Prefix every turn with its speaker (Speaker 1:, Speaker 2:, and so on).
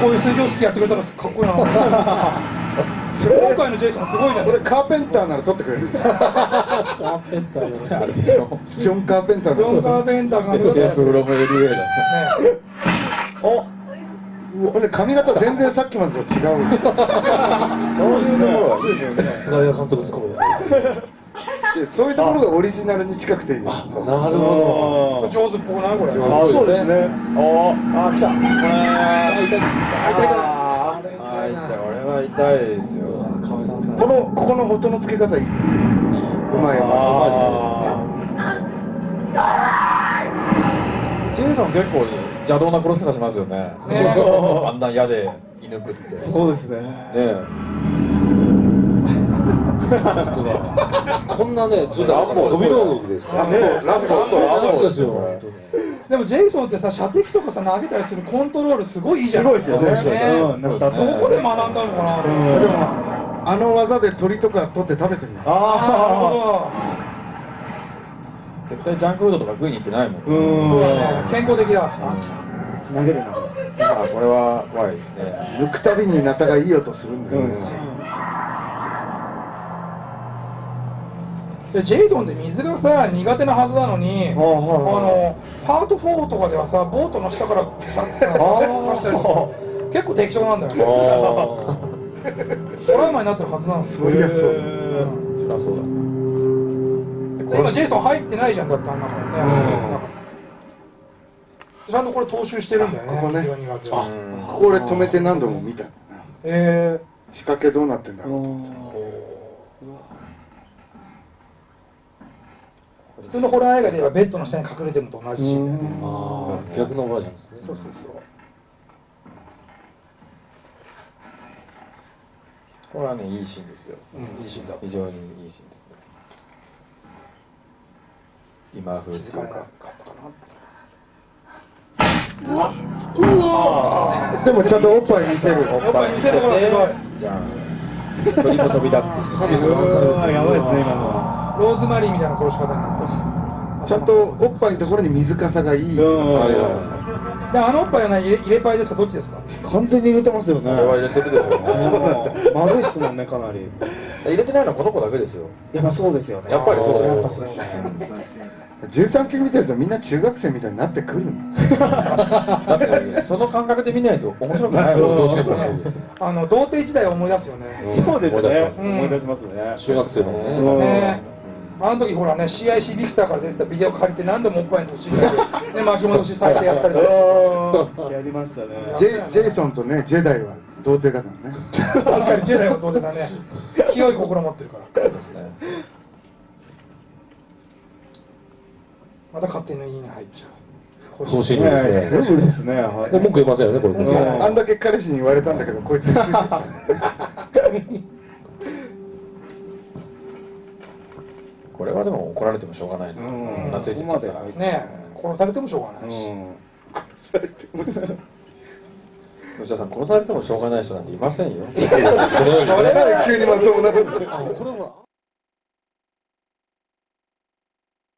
Speaker 1: こういう水上スキーやってくれたらかっこいい な今回のジェイソンすごいじゃん
Speaker 2: これカーペンターなら取ってくれる
Speaker 3: カーペンターの
Speaker 2: あれでしょジョン・カーペンター
Speaker 1: ジョン・カ
Speaker 2: の
Speaker 1: ーペンターが
Speaker 3: テープフロム
Speaker 1: ね
Speaker 3: エリウェイだ
Speaker 2: おこれ髪型全然さっきまでと違うそういうところはいいよね
Speaker 3: 菅谷監督ツッコミです
Speaker 2: でそういうところがオリジナルに近くていいです
Speaker 3: なるほ
Speaker 1: 上手っぽくないこれ
Speaker 3: どそうですね
Speaker 4: ああ来た
Speaker 1: あー
Speaker 4: あ痛いこれは痛いですよ
Speaker 2: このここの音の付け方いいうまい
Speaker 4: あ
Speaker 3: ジェイさん結構邪道な殺し方しますよね
Speaker 1: ね
Speaker 3: あんな矢で射抜くって
Speaker 1: そうですね
Speaker 3: ねえ
Speaker 5: こんなね、ずっと飛び道具ですから
Speaker 2: ラストラスト
Speaker 5: そうですよ。
Speaker 1: でもジェイソンってさ射的とかさ投げたりするコントロールすごいいいじゃんすごいですよね
Speaker 4: うんなんか
Speaker 1: どこで学んだのかな
Speaker 4: うん
Speaker 1: でも
Speaker 2: あの技で鳥とか取って食べてみる
Speaker 4: あ
Speaker 3: 絶対ジャンクフードとか食いに行ってないもん、
Speaker 4: ー
Speaker 1: なるほどそう
Speaker 4: う
Speaker 1: だ
Speaker 4: ー
Speaker 1: ね
Speaker 4: ん
Speaker 1: 健康的だ
Speaker 2: 投げるな
Speaker 3: まあこれは怖いですね
Speaker 2: 抜くたびにナタがいい音するんだよね、
Speaker 1: でジェイソンって水がさ苦手なはずなのにあ
Speaker 4: あはい
Speaker 1: のパート4とかではさボートの下からピタッてさ刺したりとか結構適当なんだよねトラウマになってるはずなの
Speaker 2: そういうやつを
Speaker 3: 辛そうだ
Speaker 1: で今ジェイソン入ってないじゃんだってあんなもんねちゃんとこれ踏襲してるんだよね
Speaker 2: ここね
Speaker 1: 水が苦手
Speaker 2: あ
Speaker 1: は
Speaker 2: ここ俺止めて何度も見た
Speaker 1: え
Speaker 2: 仕掛けどうなってんだろう
Speaker 1: ー普通のホラー映画で言えばベッドの下に隠れてるのと同じシーンだよね
Speaker 5: ああ、逆のバージョンですね。そうそうそう。
Speaker 3: これはねいいシーンですよ、
Speaker 1: うんいいシーンだ
Speaker 3: 非常にいいシーンですね今風っていうか
Speaker 2: でもちゃんとおっぱい見せる
Speaker 3: おっぱい見せてじゃあ鳥も飛び立つ
Speaker 4: あやばいですね今のは
Speaker 1: ローズマリーみたいな殺し方になってる
Speaker 2: ちゃんとおっぱいのところに水かさがいい、
Speaker 4: うん
Speaker 3: はい
Speaker 1: であのおっぱいはね入れ入れパイですかどっちですか
Speaker 4: 完全に入れてますよね
Speaker 3: これは入れてるでしょうね
Speaker 4: 丸いっすもんねかなり
Speaker 3: 入れてないのはこの子だけですよ
Speaker 4: やっぱそうですよね
Speaker 3: やっぱりそうですよ
Speaker 4: やっぱそうですね
Speaker 2: 13級見てるとみんな中学生みたいになってくるの
Speaker 3: だってその感覚で見ないと面白くないもんどうしても
Speaker 1: あの童貞時代を思い出すよね
Speaker 4: そうですね
Speaker 1: うん
Speaker 4: 思い出しますね
Speaker 5: 中学生の
Speaker 4: うん
Speaker 5: ね。
Speaker 1: ねあの時ほらね CIC ビクターから出てたビデオ借りて何度もおっぱいの年下で、ね、巻き戻しされてやったりとか
Speaker 4: やりましたね
Speaker 2: ジェジェイソンとねジェダイは童貞だからね
Speaker 1: 確かに10代は童貞だね清い心持ってるからまた勝手に家に入っちゃう
Speaker 5: 更新
Speaker 4: ね
Speaker 5: です
Speaker 4: す
Speaker 5: ね。
Speaker 4: ぐですねはい
Speaker 5: 文句言いませんよね、これ。
Speaker 4: うん
Speaker 2: あんだけ彼氏に言われたんだけどこいつついてきちゃ
Speaker 3: これはでも怒られてもしょうがないな、
Speaker 4: うん
Speaker 3: 夏いて
Speaker 4: こ
Speaker 3: き
Speaker 4: こ
Speaker 3: ちゃ
Speaker 4: ま
Speaker 3: っ
Speaker 4: で
Speaker 3: た
Speaker 1: ねえ殺されてもしょうが
Speaker 4: う
Speaker 1: ないし、
Speaker 4: ん
Speaker 3: 吉田さん 殺されてもしょうがない人なんていませんよ
Speaker 2: う急にまともなこと
Speaker 5: これは。